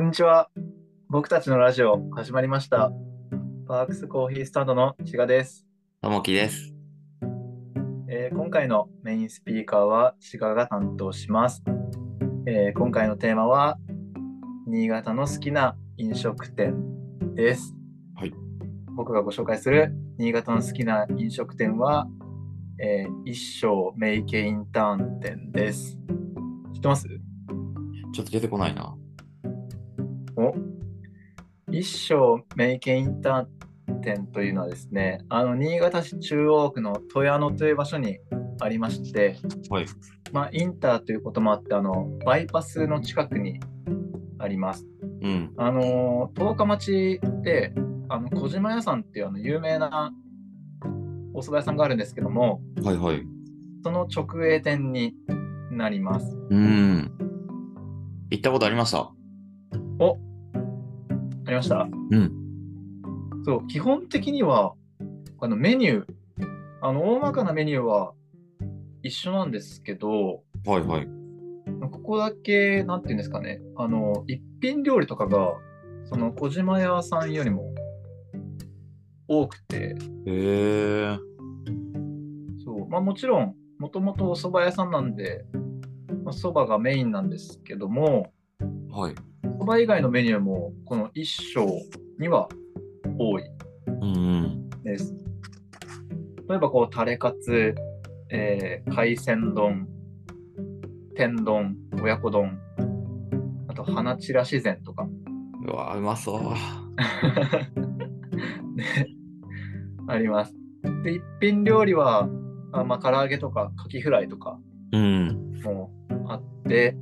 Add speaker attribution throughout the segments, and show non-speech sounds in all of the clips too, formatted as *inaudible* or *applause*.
Speaker 1: んにちは。僕たちのラジオ始まりました。パークスコーヒースタンドの志賀です、
Speaker 2: ともきです。
Speaker 1: えー今回のメインスピーカーは志賀が担当します、えー今回のテーマは新潟の好きな飲食店です。
Speaker 2: はい
Speaker 1: 僕がご紹介する新潟の好きな飲食店は、えー一生メイケインターン店です。知ってます
Speaker 2: ちょっと出てこないな。
Speaker 1: 一生メイケインター店というのはですねあの新潟市中央区の富谷野という場所にありまして、
Speaker 2: はい。
Speaker 1: まあ、インターということもあってあのバイパスの近くにあります。
Speaker 2: うん。
Speaker 1: あの十日町であの小島屋さんっていうあの有名なお蕎麦屋さんがあるんですけども
Speaker 2: はいはい。
Speaker 1: その直営店になります。
Speaker 2: うん。行ったことありました。
Speaker 1: ありました
Speaker 2: うん。
Speaker 1: そう基本的にはあのメニューあの大まかなメニューは一緒なんですけど
Speaker 2: はいはい。
Speaker 1: ここだけなんていうんですかねあの一品料理とかがその小島屋さんよりも多くて
Speaker 2: へえ。
Speaker 1: そう、まあ、もちろんもともとお蕎麦屋さんなんで、まあ、蕎麦がメインなんですけども
Speaker 2: はい。
Speaker 1: 蕎麦以外のメニューもこの一章には多い
Speaker 2: うん
Speaker 1: です。例えばこう、タレカツ、えー海鮮丼、天丼、親子丼、あと花散らし膳とか
Speaker 2: うん。うわー、うまそう。
Speaker 1: ねあります。で、一品料理は、あまあ、唐揚げとか、カキフライとか
Speaker 2: うん。
Speaker 1: もあって、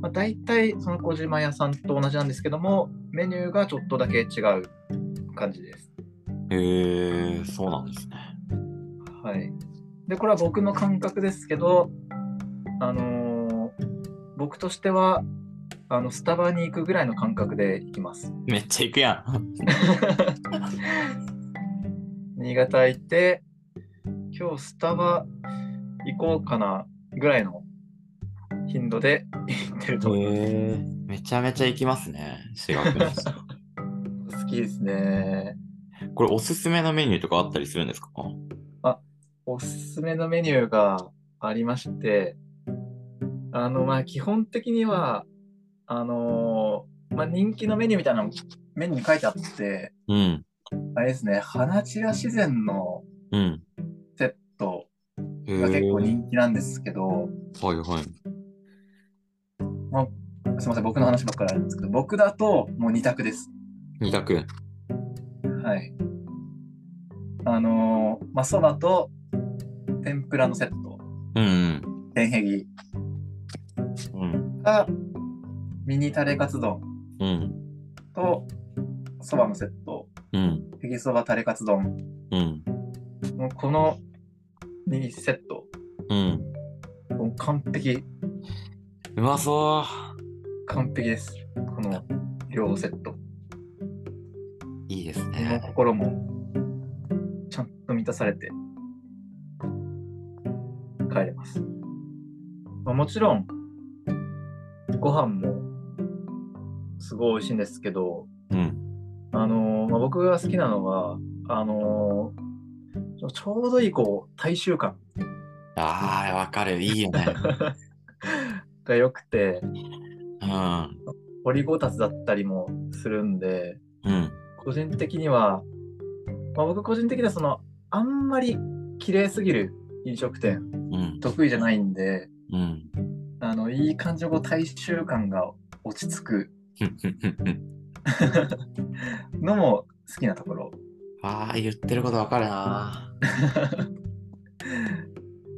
Speaker 1: まあ、大体その小島屋さんと同じなんですけども、メニューがちょっとだけ違う感じです。
Speaker 2: へえ、そうなんですね。
Speaker 1: はい、でこれは僕の感覚ですけど、あのー僕としてはあのスタバに行くぐらいの感覚で行きます。
Speaker 2: めっちゃ行くやん。
Speaker 1: 新潟行って今日スタバ行こうかなぐらいの頻度で行ってると思います。
Speaker 2: へえ。めちゃめちゃ行きますね。私学の人
Speaker 1: 好きですね。
Speaker 2: *laughs* これおすすめのメニューとかあったりするんですか
Speaker 1: おすすめのメニューがありまして、あの、まあ、基本的には、あのーまあ、人気のメニューみたいなのもメニューに書いてあって、
Speaker 2: うん。
Speaker 1: あれですね、花散ら自然の
Speaker 2: うん。
Speaker 1: セット
Speaker 2: へえ。
Speaker 1: が結構
Speaker 2: はい
Speaker 1: 人気なんですけど、
Speaker 2: はい。
Speaker 1: すみません、僕の話ばっかりあるんですけど、僕だともう2択です。
Speaker 2: 二択。
Speaker 1: はい。あのーまあ、そばと天ぷらのセット、
Speaker 2: うん
Speaker 1: 天へぎ
Speaker 2: うん。うん。
Speaker 1: がミニタレカツ丼
Speaker 2: うん。
Speaker 1: とそばのセット、
Speaker 2: うん。
Speaker 1: へぎそばタレカツ丼、
Speaker 2: うん。
Speaker 1: もうこの2セット、
Speaker 2: うん。
Speaker 1: もう完璧、
Speaker 2: うまそう。
Speaker 1: 完璧です。この両セット。
Speaker 2: いいです
Speaker 1: 身も
Speaker 2: ね。
Speaker 1: 心もちゃんと満たされて帰れます。まあ、もちろん、ご飯もすごい美味しいんですけど、
Speaker 2: うん。
Speaker 1: あのーまあ、僕が好きなのは、あのーちょうどいいこう大衆感
Speaker 2: ああ、わかる。いいよね。
Speaker 1: が良くて、
Speaker 2: うん。
Speaker 1: 掘りごたつだったりもするんで、
Speaker 2: うん。
Speaker 1: 個人的には、まあ、僕個人的にはそのあんまり綺麗すぎる飲食店
Speaker 2: うん。
Speaker 1: 得意じゃないんで
Speaker 2: うん。
Speaker 1: あのいい感じのこう大衆感が落ち着くのも好きなところ
Speaker 2: ああ、言ってることわかるな。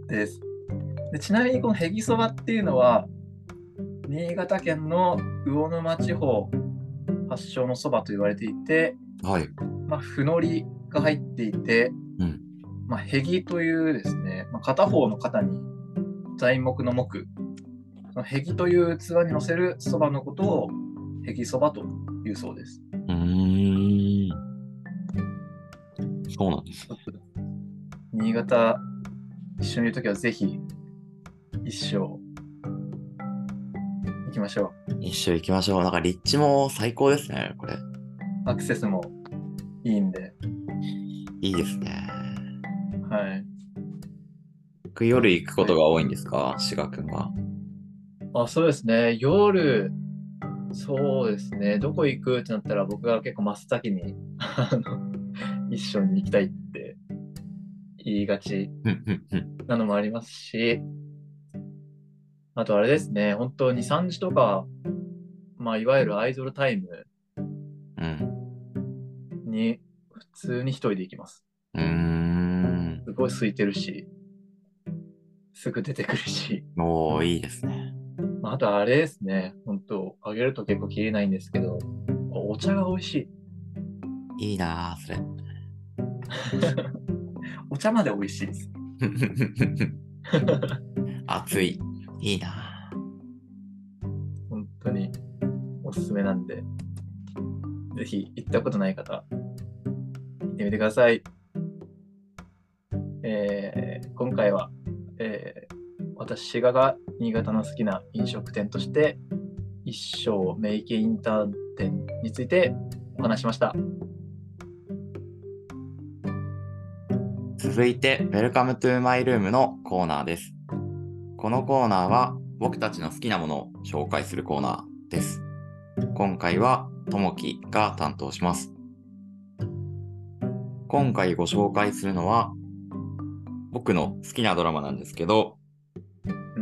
Speaker 1: ですでちなみにこのへぎそばっていうのは新潟県の魚沼地方発祥のそばと言われていて、
Speaker 2: はい。
Speaker 1: まあ、ふのりが入っていて、
Speaker 2: うん
Speaker 1: まあ、へぎというですね、まあ、片方の肩に材木の木、そのへぎという器に乗せるそばのことをへぎそばというそうです。
Speaker 2: うーん。そうなんです。
Speaker 1: 新潟一緒にいるときはぜひ一生行きましょ
Speaker 2: 一緒行きましょう。なんか立地も最高ですね、これ。
Speaker 1: う。アクセスもいいんで。
Speaker 2: いいですね。
Speaker 1: はい。
Speaker 2: 夜行くことが多いんですか、志賀くんは。
Speaker 1: あ、そうですね。夜、そうですね。どこ行くってなったら、僕が結構真っ先に、あの、一緒に行きたいって言いがち
Speaker 2: うんうんうん
Speaker 1: なのもありますし、あとあれですね。本当に3時とか、まあ、いわゆるアイドルタイム
Speaker 2: うん。
Speaker 1: に、普通に一人で行きます。
Speaker 2: うーん。
Speaker 1: すごい空いてるし、すぐ出てくるし、
Speaker 2: もういいですね。
Speaker 1: まあ、あとあれですね。本当あげると結構消えないんですけど、お茶が美味しい。
Speaker 2: いいなあそれ。 *laughs*
Speaker 1: お茶まで美味しい *laughs* です。
Speaker 2: 暑い。いいな
Speaker 1: 本当におすすめなんで、ぜひ行ったことない方、行ってみてください。えー今回は、えー私、滋賀が新潟の好きな飲食店として、一生メイケインター店についてお話ししました。
Speaker 2: 続いて、Welcome to my room のコーナーです。このコーナーは、僕たちの好きなものを紹介するコーナーです。今回は、ともきが担当します。今回ご紹介するのは、僕の好きなドラマなんですけど、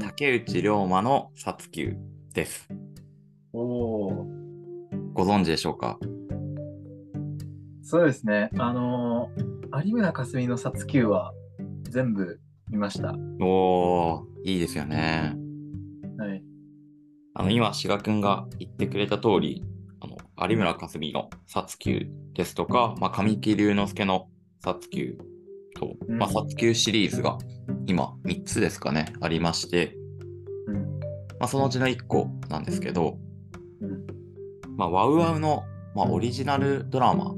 Speaker 2: 竹内涼真の殺球です。
Speaker 1: おおー、
Speaker 2: ご存知でしょうか
Speaker 1: そうですね。あのー有村架純の殺球は全部見ました。は
Speaker 2: おー、いいですよね。
Speaker 1: い。
Speaker 2: あの、今、志賀くんが言ってくれた通り、あの、有村架純の殺球ですとか、まあ、神木隆之介の殺球と、
Speaker 1: うん
Speaker 2: まあ、殺球シリーズが今3つですかね、ありまして、
Speaker 1: うん。
Speaker 2: まあ、そのうちの1個なんですけど、
Speaker 1: うん。
Speaker 2: まあ、ワウワウの、まあ、オリジナルドラマ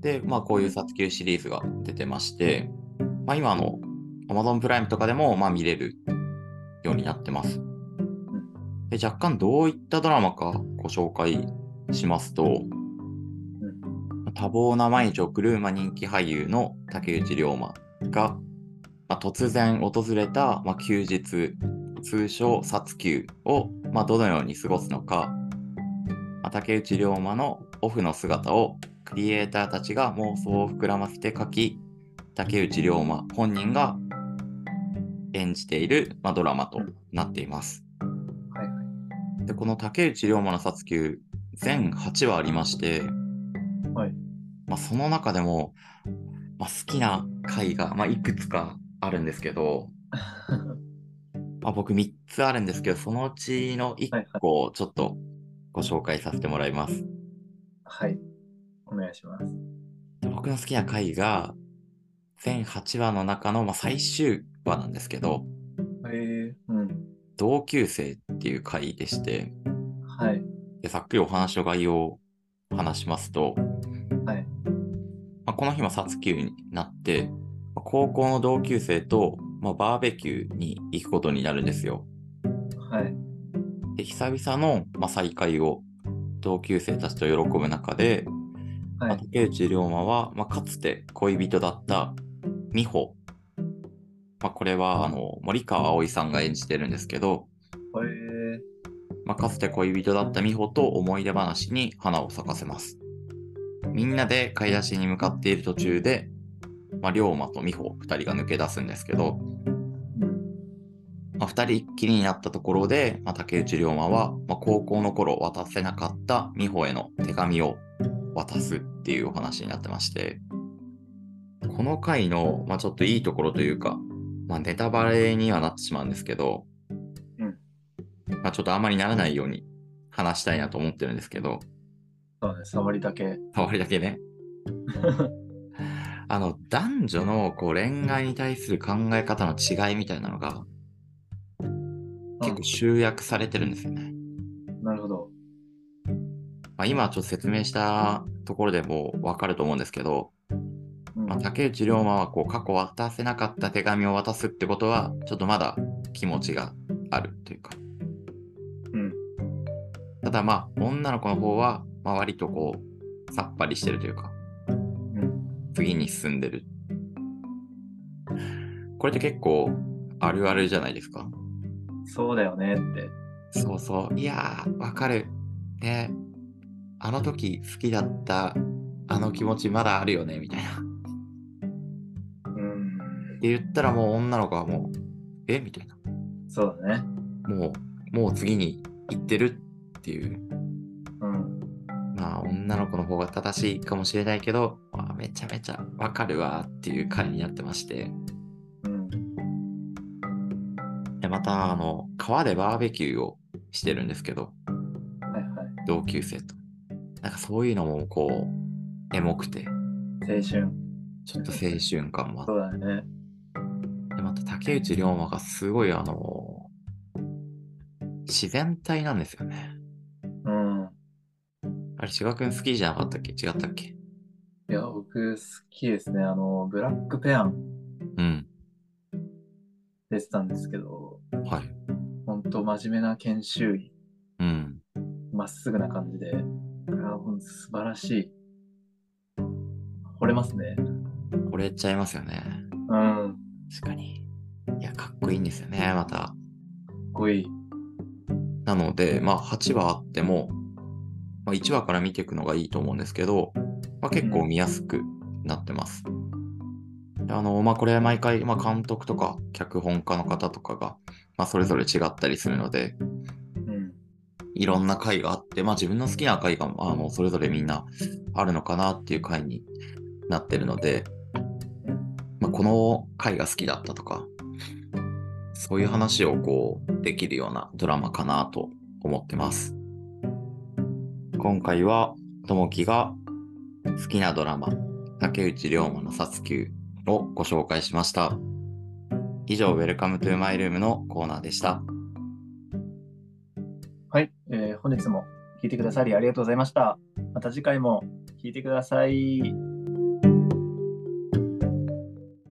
Speaker 2: で、まあ、こういう殺球シリーズが出てまして、まあ、今あの Amazon プライムとかでも、まあ、見れるようになってます。で若干どういったドラマかご紹介しますと、多忙な毎日を狂うま人気俳優の竹内涼真が、まあ、突然訪れた、まあ、休日通称殺休を、まあ、どのように過ごすのかまあ竹内涼真のオフの姿をクリエイターたちが妄想を膨らませて描き竹内涼真本人が演じている、まあ、ドラマとなっています。
Speaker 1: はいはい。
Speaker 2: でこの竹内涼真の殺球全8話ありまして、
Speaker 1: はい
Speaker 2: まあ、その中でも、まあ、好きな回が、まあ、いくつかあるんです
Speaker 1: *laughs*
Speaker 2: けど、まあ、僕3つあるんですけどそのうちの1個をちょっとご紹介させてもらいます。
Speaker 1: はい。お願いします。
Speaker 2: で僕の好きな回が全8話の中の、まあ、最終話なんですけど
Speaker 1: へえうん。
Speaker 2: 「同級生」っていう回でして
Speaker 1: はい。
Speaker 2: でざっくりお話の概要を話しますと、
Speaker 1: はい
Speaker 2: まあ、この日も殺休になって、まあ高校の同級生と、まあ、バーベキューに行くことになるんですよ。
Speaker 1: はい。
Speaker 2: で久々の、まあ、再会を同級生たちと喜ぶ中で、
Speaker 1: は
Speaker 2: まあ
Speaker 1: い。
Speaker 2: 竹内涼真は、まあ、かつて恋人だった美穂、まあ、これはあの森川葵さんが演じてるんですけど、
Speaker 1: へえ
Speaker 2: まあ、かつて恋人だった美穂と思い出話に花を咲かせますみんなで買い出しに向かっている途中で、まあ、龍馬と美穂2人が抜け出すんですけど、
Speaker 1: うん。
Speaker 2: まあ、2人一きりになったところで、まあ、竹内涼真は、まあ、高校の頃渡せなかった美穂への手紙を渡すっていうお話になってましてこの回の、まあ、ちょっといいところというか、まあ、ネタバレにはなってしまうんですけど、
Speaker 1: うん
Speaker 2: まあ、ちょっとあんまりならないように話したいなと思ってるんですけど
Speaker 1: そうね、触りだけ。 *laughs*
Speaker 2: 触りだけねあの男女のこう恋愛に対する考え方の違いみたいなのが結構集約されてるんですよね。
Speaker 1: なるほど。
Speaker 2: まあ、今ちょっと説明したところでもう分かると思うんですけど、
Speaker 1: うん
Speaker 2: まあ、竹内涼真はこう過去渡せなかった手紙を渡すってことはちょっとまだ気持ちがあるというか、
Speaker 1: うん。
Speaker 2: ただまあ、女の子の方は、まあ、割とこう、さっぱりしてるというか、
Speaker 1: うん。
Speaker 2: 次に進んでる。これって結構あるあるじゃないですか。
Speaker 1: そうだよねって。
Speaker 2: そうそう。いやー、わかる。ね。あの時好きだったあの気持ちまだあるよね、みたいな。
Speaker 1: うん。
Speaker 2: で言ったらもう女の子はもう、えみたいな。
Speaker 1: そうだね。
Speaker 2: もう、もう次に行ってるっていう。
Speaker 1: うん。
Speaker 2: まあ、女の子の方が正しいかもしれないけど、まあ、めちゃめちゃわかるわっていう回になってまして。
Speaker 1: うん。
Speaker 2: で、また、あの、川でバーベキューをしてるんですけど、
Speaker 1: はいはい。
Speaker 2: 同級生と。なんかそういうのもこう、エモくて、
Speaker 1: 青春。
Speaker 2: ちょっと青春感もあって
Speaker 1: そうだね。
Speaker 2: でまた竹内涼真がすごいあの自然体なんですよね。
Speaker 1: うん。
Speaker 2: あれ、志賀くん好きじゃなかったっけ違ったっけ
Speaker 1: いや、僕好きですね。あの、ブラックペアン
Speaker 2: うん。
Speaker 1: 出てたんですけど、
Speaker 2: はい。
Speaker 1: ほんと真面目な研修医、
Speaker 2: うん。
Speaker 1: まっすぐな感じで、これはほんと素晴らしい。惚れますね。
Speaker 2: これやっちゃいますよね。
Speaker 1: うん。か
Speaker 2: 確かに。いや、かっこいいんですよね、また。
Speaker 1: っこいい。
Speaker 2: なので、まあ、8話あっても、まあ、1話から見ていくのがいいと思うんですけど、まあ、結構見やすくなってます。であの、まあ、これ毎回、まあ、監督とか脚本家の方とかが、まあ、それぞれ違ったりするので、
Speaker 1: うん。
Speaker 2: いろんな回があって、まあ自分の好きな回が、あの、それぞれみんなあるのかなっていう回になってるので、まあこの回が好きだったとか、そういう話をこう、できるようなドラマかなと思ってます。今回は、ともきが好きなドラマ、竹内涼真の殺球をご紹介しました。以上、ウェルカムトゥーマイルームのコーナーでした。
Speaker 1: はい。えー本日も聞いてくださりありがとうございました。また次回も聞いてください。